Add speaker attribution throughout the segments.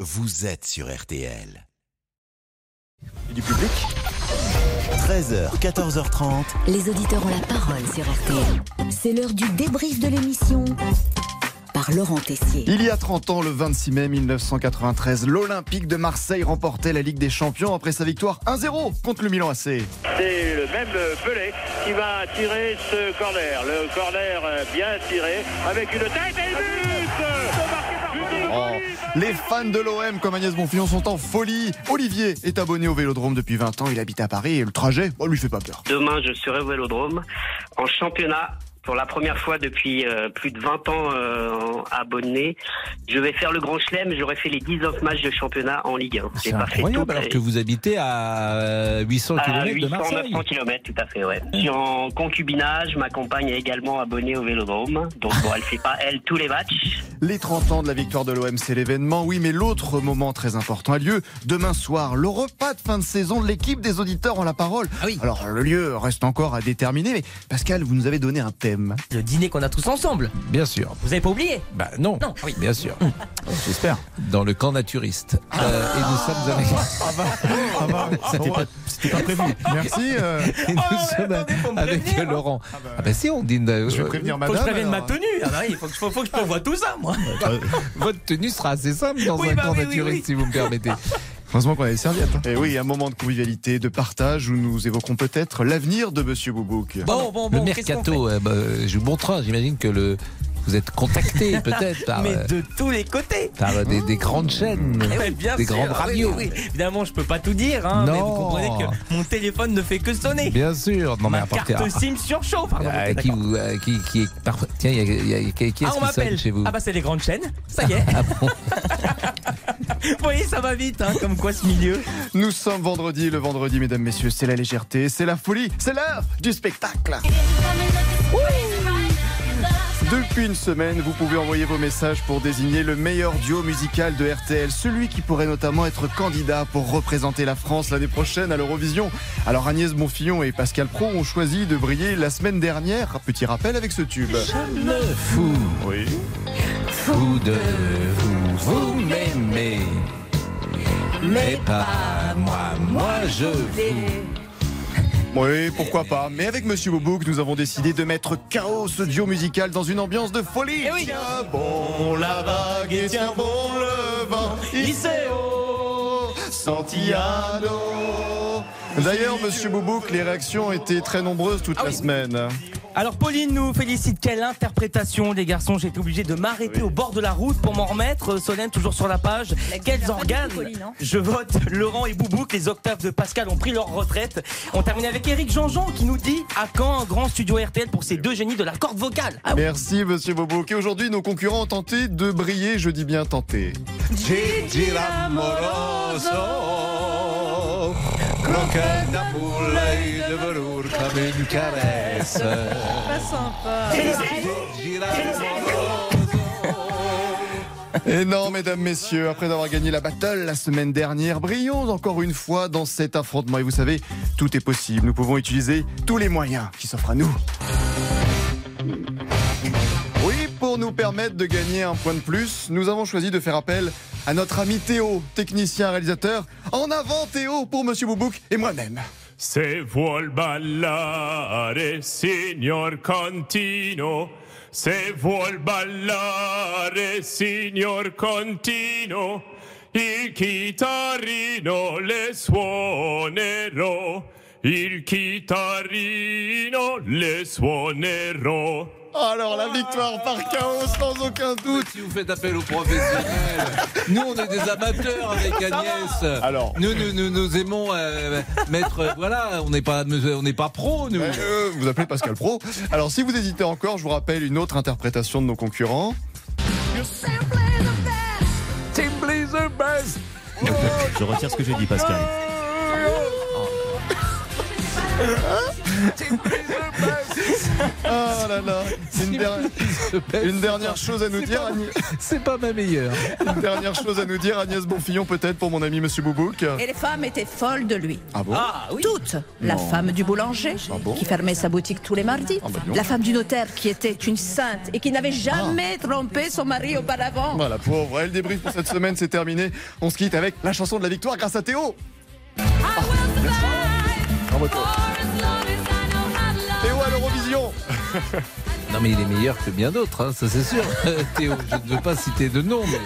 Speaker 1: vous êtes sur RTL. Du public 13h, 14h30.
Speaker 2: Les auditeurs ont la parole sur RTL. C'est l'heure du débrief de l'émission par Laurent Tessier.
Speaker 3: Il y a 30 ans, le 26 mai 1993, l'Olympique de Marseille remportait la Ligue des Champions après sa victoire 1-0 contre le Milan AC.
Speaker 4: C'est le même Pelé qui va tirer ce corner. Le corner euh, bien tiré avec une tête et but
Speaker 3: Oh, Les fans de l'OM comme Agnès Bonfillon sont en folie. Olivier est abonné au Vélodrome depuis 20 ans, il habite à Paris et le trajet, bon, lui fait pas peur.
Speaker 5: Demain, je serai au Vélodrome en championnat. Pour la première fois depuis euh, plus de 20 ans euh, abonné, je vais faire le Grand Chelem. J'aurai fait les 19 matchs de championnat en Ligue 1. J'ai
Speaker 6: Ah, C'est
Speaker 5: pas fait Bah,
Speaker 6: incroyable
Speaker 5: toutes,
Speaker 6: alors
Speaker 5: mais-
Speaker 6: que vous habitez à euh, 800
Speaker 5: à
Speaker 6: km de
Speaker 5: 800,
Speaker 6: Marseille. Ah.
Speaker 5: 900 km, tout à fait, ouais. Je suis en concubinage, ma compagne est également abonnée au Vélodrome. Donc, bon, elle fait pas, elle, tous les matchs.
Speaker 3: Les 30 ans de la victoire de l'OM, c'est l'événement, oui, mais l'autre moment très important a lieu demain soir, le repas de fin de saison de l'équipe des auditeurs en la parole.
Speaker 7: Ah oui.
Speaker 3: Alors le lieu reste encore à déterminer, mais Pascal, vous nous avez donné un thème.
Speaker 7: Le dîner qu'on a tous ensemble.
Speaker 6: Bien sûr.
Speaker 7: Vous avez pas oublié
Speaker 6: Bah non,
Speaker 7: Non, oui.
Speaker 6: bien sûr. J'espère. Dans le camp naturiste.
Speaker 7: Ah.
Speaker 6: Euh, et nous sommes avec.
Speaker 7: Oh,
Speaker 3: Ah bah,
Speaker 8: C'était pas, c'était pas prévu.
Speaker 3: Merci. euh,
Speaker 6: et nous sommes avec
Speaker 7: hein.
Speaker 6: Laurent. Ah bah, si, on dîne. euh,
Speaker 8: Je vais prévenir
Speaker 7: Faut que
Speaker 8: madame.
Speaker 7: je prévienne ma
Speaker 8: alors. hein.
Speaker 7: tenue. Ah bah oui, il faut que je faut- faut que je prévoie tout ça, moi.
Speaker 6: Votre tenue sera assez simple dans
Speaker 7: Oui,
Speaker 6: un
Speaker 7: bah
Speaker 6: camp
Speaker 7: oui, oui,
Speaker 6: naturiste,
Speaker 7: oui. Oh,
Speaker 6: si vous me permettez.
Speaker 8: Heureusement qu'on a des serviettes. hein.
Speaker 3: Et oui, un moment de convivialité, de partage où nous évoquons peut-être l'avenir de Monsieur Boubouk.
Speaker 7: Bon, bon,
Speaker 6: le
Speaker 7: bon. qu'est-ce qu'on
Speaker 6: mercato, euh, bah, je vous montre. J'imagine que le vous êtes contacté peut-être
Speaker 7: fait
Speaker 6: par,
Speaker 7: Mais
Speaker 6: euh,
Speaker 7: de tous les côtés.
Speaker 6: par euh, des, des grandes chaînes.
Speaker 7: Eh oui, bien
Speaker 6: Des
Speaker 7: sûr.
Speaker 6: grandes
Speaker 7: Oui,
Speaker 6: radios.
Speaker 7: oui, oui. Évidemment, je peux pas tout dire, hein, mais
Speaker 6: Non.
Speaker 7: vous comprenez que mon téléphone ne fait que sonner.
Speaker 6: Bien sûr. Non mais
Speaker 7: Ma
Speaker 6: à partir-
Speaker 7: carte SIM surchauffe. Pardon,
Speaker 6: Ah,
Speaker 7: ok,
Speaker 6: qui,
Speaker 7: d'accord.
Speaker 6: vous- euh, qui, qui est parfois- Tiens, il y a, il y a- qui, qui est-ce
Speaker 7: Ah, on
Speaker 6: qui sonne
Speaker 7: m'appelle.
Speaker 6: chez vous
Speaker 7: Ah bah c'est les grandes chaînes. Ça y est. vous voyez, ça va vite, hein, comme quoi ce milieu.
Speaker 3: Nous sommes vendredi, le vendredi, mesdames, messieurs, c'est la légèreté, c'est la folie, c'est l'heure du spectacle. Depuis une semaine, vous pouvez envoyer vos messages pour désigner le meilleur duo musical de RTL, celui qui pourrait notamment être candidat pour représenter la France l'année prochaine à l'Eurovision. Alors Agnès Bonfillon et Pascal Pro ont choisi de briller la semaine dernière. Petit rappel avec ce tube.
Speaker 6: fou. Fou de vous, vous m'aimez. Mais pas moi, moi je vous.
Speaker 3: Oui, pourquoi pas. Mais avec Monsieur Bobouk, nous avons décidé de mettre chaos ce duo musical dans une ambiance de folie. Tiens bon la vague et tiens bon le vent. Iseo, Santiago. D'ailleurs, Monsieur Boubouk, les réactions étaient très nombreuses toute la semaine.
Speaker 7: Alors Pauline nous félicite, quelle interprétation les garçons, j'ai été obligé de m'arrêter au bord de la route pour m'en remettre, Euh, Solène toujours sur la page, quels organes Je vote Laurent et Boubouk, les octaves de Pascal ont pris leur retraite. On termine avec Eric Jean-Jean qui nous dit à quand un grand studio RTL pour ces deux génies de la corde vocale Ah oui.
Speaker 3: Merci, Monsieur Boubouk. Et aujourd'hui, nos concurrents ont tenté de briller, je dis bien tenté. Et non, mesdames, messieurs, après avoir gagné la battle la semaine dernière, brillons encore une fois dans cet affrontement. Et vous savez, tout est possible. Nous pouvons utiliser tous les moyens qui s'offrent à nous. Oui, pour nous permettre de gagner un point de plus, nous avons choisi de faire appel à notre ami Théo, technicien réalisateur. En avant Théo pour Monsieur Boubouk et moi-même.
Speaker 9: Se vuol ballare, signor Contino. Se vuol ballare, signor Contino. Il chitarrino le suonerò. Il chitarrino le suonerò.
Speaker 3: Alors, la victoire par chaos, sans aucun doute.
Speaker 6: Si vous faites appel aux professionnels, nous on est des amateurs avec Agnès.
Speaker 3: Alors.
Speaker 6: nous nous, nous, nous aimons euh, mettre, euh, voilà, on n'est pas, on n'est pas pro nous.
Speaker 3: Euh, vous appelez Pascal Pro. Alors, si vous hésitez encore, je vous rappelle une autre interprétation de nos concurrents.
Speaker 8: Je retire ce que j'ai dit, Pascal.
Speaker 3: Ah là là, c'est une, der- une dernière chose à nous dire, Agni-
Speaker 6: C'est pas ma meilleure.
Speaker 3: une dernière chose à nous dire, Agnès Bonfillon, peut-être pour mon ami Monsieur Boubouk.
Speaker 10: Et les femmes étaient folles de lui.
Speaker 3: Ah bon
Speaker 7: Ah oui.
Speaker 10: Toutes. La femme du boulanger,
Speaker 3: bon
Speaker 10: qui fermait sa boutique tous les mardis.
Speaker 3: bah dis donc. Ah.
Speaker 10: la femme du notaire, qui était une sainte et qui n'avait jamais trompé son mari auparavant.
Speaker 3: Voilà, pauvre. Et le débrief pour cette semaine, c'est terminé. On se quitte avec la chanson de la victoire grâce à Théo. Bravo, Théo. Théo à l'Eurovision.
Speaker 6: Non, mais il est meilleur que bien d'autres, hein, ça c'est sûr. Théo, je ne veux pas citer de nom, mais.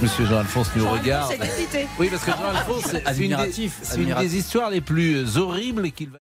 Speaker 6: Monsieur Jean-Alphonse nous regarde.
Speaker 10: C'est excité.
Speaker 6: Oui, parce que Jean-Alphonse, c'est une, des-
Speaker 11: Admiratif,
Speaker 6: c'est une des
Speaker 11: admiratif.
Speaker 6: histoires les plus euh, horribles qu'il va.